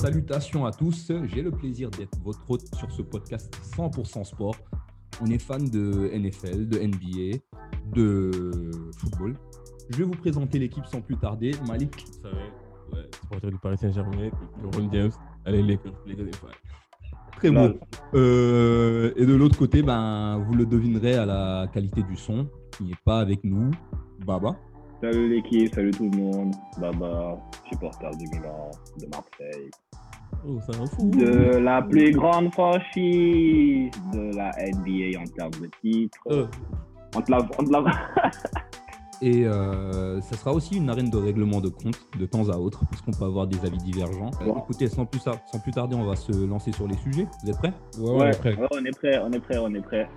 Salutations à tous, j'ai le plaisir d'être votre hôte sur ce podcast 100% sport. On est fan de NFL, de NBA, de football. Je vais vous présenter l'équipe sans plus tarder. Malik, Vous savez, ouais, supporter du Paris Saint-Germain, LeBron James, allez les Lakers, les Lakers, ouais. très beau. Euh, et de l'autre côté, ben, vous le devinerez à la qualité du son, qui n'est pas avec nous, Baba. Salut l'équipe, salut tout le monde. Baba, supporter du Milan, de Marseille, Oh, ça en fout. de la plus grande franchise de la NBA en termes de titres. Euh, On te la, on te la... Et euh, ça sera aussi une arène de règlement de compte de temps à autre, parce qu'on peut avoir des avis divergents. Euh, Bon. écoutez, sans plus, tar- sans plus tarder, on va se lancer sur les sujets. Vous êtes prêts ouais, ouais, après. ouais, on est prêt, on est prêt, on est prêt.